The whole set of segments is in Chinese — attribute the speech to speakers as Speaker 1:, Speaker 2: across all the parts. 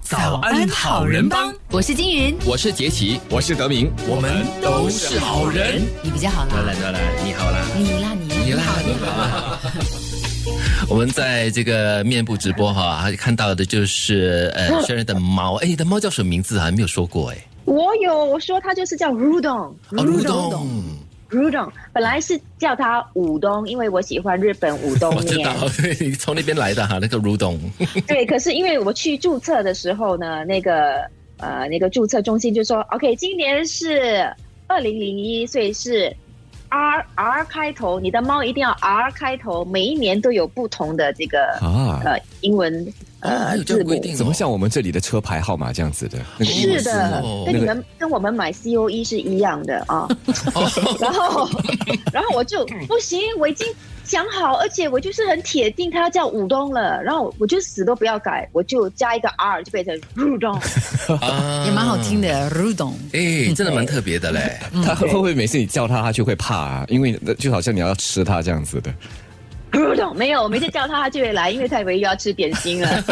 Speaker 1: 早安好人帮，
Speaker 2: 我是金云，
Speaker 3: 我是杰奇，
Speaker 4: 我是德明，
Speaker 3: 我们都是好人。
Speaker 2: 你比较好
Speaker 3: 当
Speaker 2: 啦，
Speaker 3: 然当然，你好啦，
Speaker 2: 你啦你
Speaker 3: 你啦
Speaker 2: 好
Speaker 3: 你
Speaker 2: 你好，
Speaker 3: 啦。我们在这个面部直播哈，还看到的就是 呃轩然的猫，哎，你的猫叫什么名字啊？还没有说过哎。
Speaker 5: 我有我说它就是叫 Rudon，Rudon，Rudon、
Speaker 3: 哦，入洞，
Speaker 5: Rudon 本来是叫它武东，因为我喜欢日本武 东
Speaker 3: 我知
Speaker 5: 面。
Speaker 3: 道，对，你从那边来的哈，那个入 洞。
Speaker 5: 对，可是因为我去注册的时候呢，那个呃那个注册中心就说，OK，今年是二零零一，所以是 R R 开头，你的猫一定要 R 开头，每一年都有不同的这个、
Speaker 4: 啊，
Speaker 5: 呃英文
Speaker 3: 哦，
Speaker 5: 呃
Speaker 3: 有这
Speaker 5: 字
Speaker 3: 样
Speaker 5: 母
Speaker 3: 规。定哦？
Speaker 4: 怎么像我们这里的车牌号码这样子的？那个英文
Speaker 5: 哎是
Speaker 4: 字
Speaker 5: 的
Speaker 3: 哦
Speaker 4: 母，
Speaker 5: 跟
Speaker 4: 那
Speaker 5: 你
Speaker 4: 个
Speaker 5: 们跟我们买 COE 是一样的啊。
Speaker 3: 哦
Speaker 5: 然后，然后我就不行，我已经想好，而且我就是很铁定他要叫武东了。然后我就死都不要改，我就加一个 R 就变成入东。
Speaker 3: 啊
Speaker 2: 也蛮好听。的 r u d o n
Speaker 3: 哎，真的蛮特别的 嘞。
Speaker 4: 他会不会每次你叫他，他就会怕啊？因为就好像你要吃他这样子的。
Speaker 5: 入东没有，我每次叫他他就会来，因为他以为又要吃点 心了。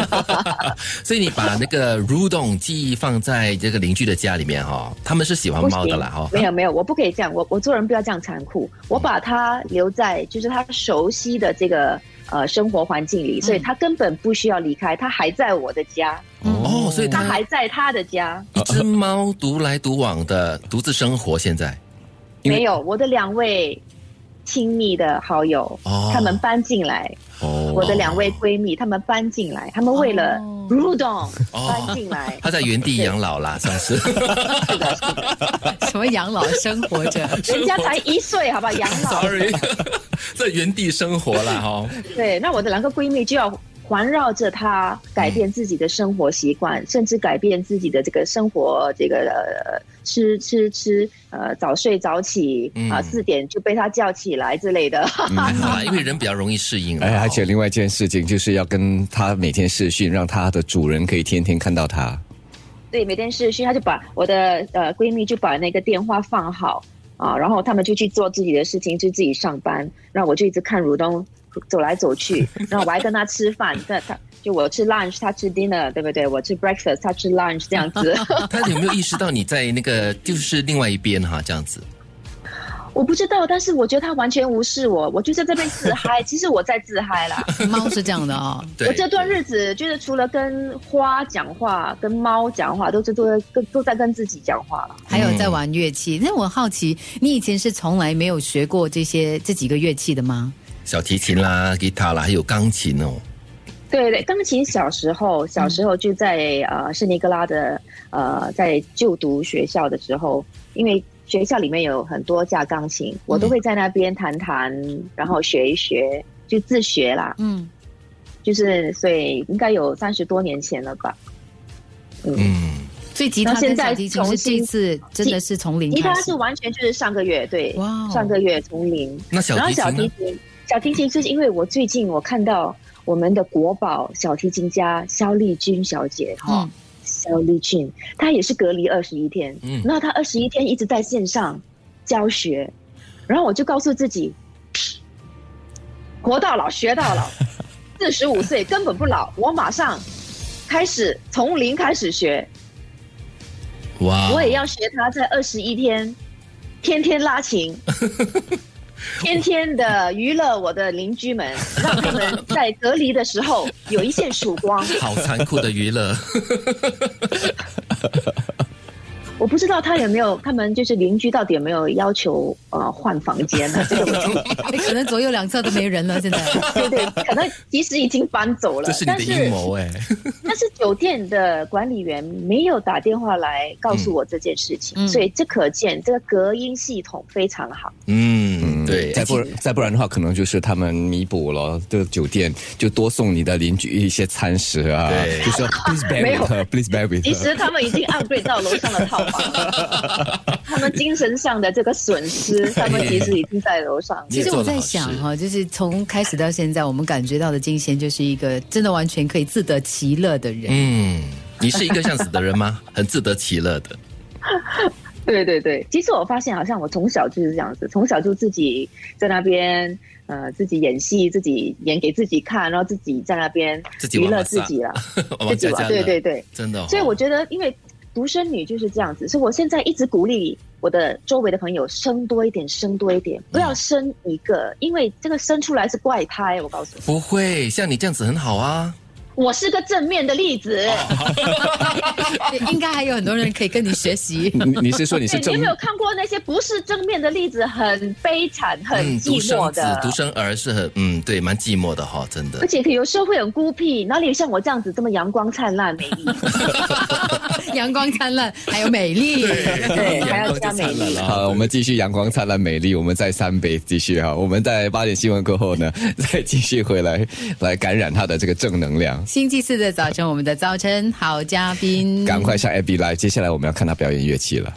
Speaker 3: 所以你把那个蠕动记忆放在这个邻居的家里面哈、他们是喜欢
Speaker 5: 不
Speaker 3: 猫
Speaker 5: 行，
Speaker 3: 的啦哦哈、
Speaker 5: 没有没有，我不可以这样，我我做人不要这样残酷。我把他留在就是他熟悉的这个呃生活环境里，所以他根本不需要离开，他还在我的家，
Speaker 3: 哦，所以
Speaker 5: 他
Speaker 3: 它
Speaker 5: 还在他的家。
Speaker 3: 一只猫独来独往的独自生活，现在
Speaker 4: 因为
Speaker 5: 没有，我的两位亲密的好友，
Speaker 3: 哦
Speaker 5: 他们搬进来，
Speaker 4: 哦
Speaker 5: 我的两位闺蜜，他们搬进来，他们为了
Speaker 2: 哦
Speaker 5: Rudon
Speaker 3: 哦
Speaker 5: 搬进 来，
Speaker 3: 它在原地养老 啦，算是。
Speaker 2: 什么养老生活 着，
Speaker 5: 人家才一岁，好吧，养老。
Speaker 3: Sorry，在原地生活啦哈、
Speaker 5: 对，那我的两个闺蜜就要环绕着她，改变自己的生活习惯，
Speaker 3: 嗯
Speaker 5: 甚至改变自己的这个生活，这个呃吃吃吃，呃早睡早起
Speaker 3: 嗯
Speaker 5: 啊，四、点就被她叫起来之类的。
Speaker 3: 还好哎啦，因为人比较容易适应啦。
Speaker 4: 哎，而且
Speaker 3: 哦
Speaker 4: 另外一件事情就是要跟他每天视讯，让他的主人可以天天看到他。
Speaker 5: 对，每天试训，她就把我的呃闺蜜就把那个电话放好啊，然后她们就去做自己的事情，就自己上班，然后我就一直看如东走来走去，然后我还跟她吃饭，但她就我吃 lunch，她吃 dinner，对不对？我吃 breakfast，她吃 lunch 这样子。
Speaker 3: 他有没有意识到你在那个就是另外一边哈、这样子？
Speaker 5: 我不知道，但是我觉得他完全无视我，我就在这边自嗨。其实我在自嗨啦。
Speaker 2: 猫是这样的哦，
Speaker 3: 对，
Speaker 5: 我这段日子就是除了跟花讲话、跟猫讲话，都是都在跟都在跟自己讲话了。
Speaker 2: 还有在玩乐
Speaker 3: 嗯
Speaker 2: 器。那我好奇，你以前是从来没有学过这些这几个乐器的吗？
Speaker 3: 小提琴啦、吉他啦，还有钢琴哦。
Speaker 5: 对对，钢琴小时
Speaker 2: 嗯
Speaker 5: 候，小时候就在、呃圣尼格拉的呃在就读学校的时候，因为学校里面有很多架钢琴，我
Speaker 2: 嗯
Speaker 5: 都会在那边弹弹，然后学一学，就自学啦。
Speaker 2: 嗯，
Speaker 5: 就是所以应该有三十多年前了吧。
Speaker 3: 嗯。
Speaker 2: 所以吉他
Speaker 5: 那现
Speaker 2: 跟
Speaker 5: 在
Speaker 2: 小提琴是这次真的是从零
Speaker 5: 吉
Speaker 2: 开
Speaker 5: 他
Speaker 2: 始
Speaker 5: 是。完全就是上个月对，
Speaker 2: 哇哦
Speaker 5: 上个月从零。
Speaker 3: 那小
Speaker 5: 然后
Speaker 3: 提
Speaker 5: 小
Speaker 3: 琴
Speaker 5: 提
Speaker 3: 呢？
Speaker 5: 琴，小提琴是因为我最近我看到我们的国宝小提琴家肖丽君小姐哈。
Speaker 2: 嗯
Speaker 5: 肖丽君，她也是隔离二十一天，
Speaker 3: 嗯
Speaker 5: 然后她二十一天一直在线上教学，然后我就告诉自己，活到老学 到老，四十五岁根本不老，我马上开始从零开始学，
Speaker 3: 哇
Speaker 5: 我也要学他在二十一天，天天 拉琴，天天的娱乐我的邻居 们，让他们在隔离的时候有一线曙光。
Speaker 3: 好残酷的娱乐，
Speaker 5: 我不知道他有没有，他们就是邻居到底有没有要求呃换房 间呢？这个我
Speaker 2: 哎可能左右两侧都没人了，现在
Speaker 5: 对对，可能其实已经搬走了
Speaker 3: 这是，你
Speaker 5: 但
Speaker 3: 的阴谋哎！
Speaker 5: 但是酒店的管理员没有打电话来告诉我这件事情，
Speaker 2: 嗯
Speaker 5: 所以这可见这个隔音系统非常好。
Speaker 3: 嗯，对，
Speaker 4: 再不
Speaker 3: 而
Speaker 4: 然再不然的话，可能就是他们弥补了这个酒店，就多送你的邻居一些餐食啊，
Speaker 3: 对
Speaker 4: 就说 please bear with her，please bear with
Speaker 5: 其
Speaker 4: her。
Speaker 5: 实他们已经 upgrade 到楼上的套房了， 他们精神上的这个损失，他们其实已经在楼上。
Speaker 3: 你
Speaker 2: 其
Speaker 3: 也
Speaker 2: 实
Speaker 3: 做
Speaker 2: 我
Speaker 3: 了
Speaker 2: 在
Speaker 3: 好
Speaker 2: 想
Speaker 3: 事
Speaker 2: 哈、就是从开始到现在，我们感觉到的金贤就是一个真的完全可以自得其乐的人。
Speaker 3: 嗯，你是一个这样子的人吗？很自得其乐的，
Speaker 5: 对对对，其实我发现好像我从小就是这样子，从小就自己在那边，呃，自己演戏，自己演给自己看，然后自己在那边
Speaker 3: 自己
Speaker 5: 娱
Speaker 3: 玩
Speaker 5: 乐
Speaker 3: 玩
Speaker 5: 自
Speaker 3: 撒
Speaker 5: 己了，
Speaker 3: 王
Speaker 5: 自己
Speaker 3: 佳
Speaker 5: 玩，
Speaker 3: 佳
Speaker 5: 对
Speaker 3: 呢
Speaker 5: 对，对。
Speaker 3: 真的哦，
Speaker 5: 所以我觉得，因为独生女就是这样子，所以我现在一直鼓励我的周围的朋友生多一点，生多一点，不要生一个，因为这个生出来是怪胎。我告诉你，
Speaker 3: 不会像你这样子很好啊。
Speaker 5: 我是个正面的例子。
Speaker 3: 哦
Speaker 2: 对 应该还有很多人可以跟你学 习。
Speaker 4: 你你是说你是
Speaker 5: 对，你有
Speaker 4: 正
Speaker 5: 没有看过那些不是正面的例子，很悲惨、很
Speaker 3: 嗯，独
Speaker 5: 寂寞
Speaker 3: 生子
Speaker 5: 的？、
Speaker 3: 独生儿是很嗯，对，蛮寂寞的哈、真的
Speaker 5: 而。且有时候会很孤僻，哪里像我这样子这么阳光灿烂、美丽？
Speaker 2: 阳光灿烂，还有美丽。
Speaker 5: 对，还要
Speaker 3: 阳光就
Speaker 5: 加美
Speaker 3: 灿烂
Speaker 5: 丽
Speaker 3: 了。
Speaker 4: 好，我们继续阳光灿烂美丽，我们在三北继续哈，我们在八点新闻过后呢， 再继续回来来感染他的这个正能量。
Speaker 2: 星期四的早晨，我们的早晨好嘉宾，嗯
Speaker 4: 赶快上 Abby 来，接下来我们要看他表演乐器了。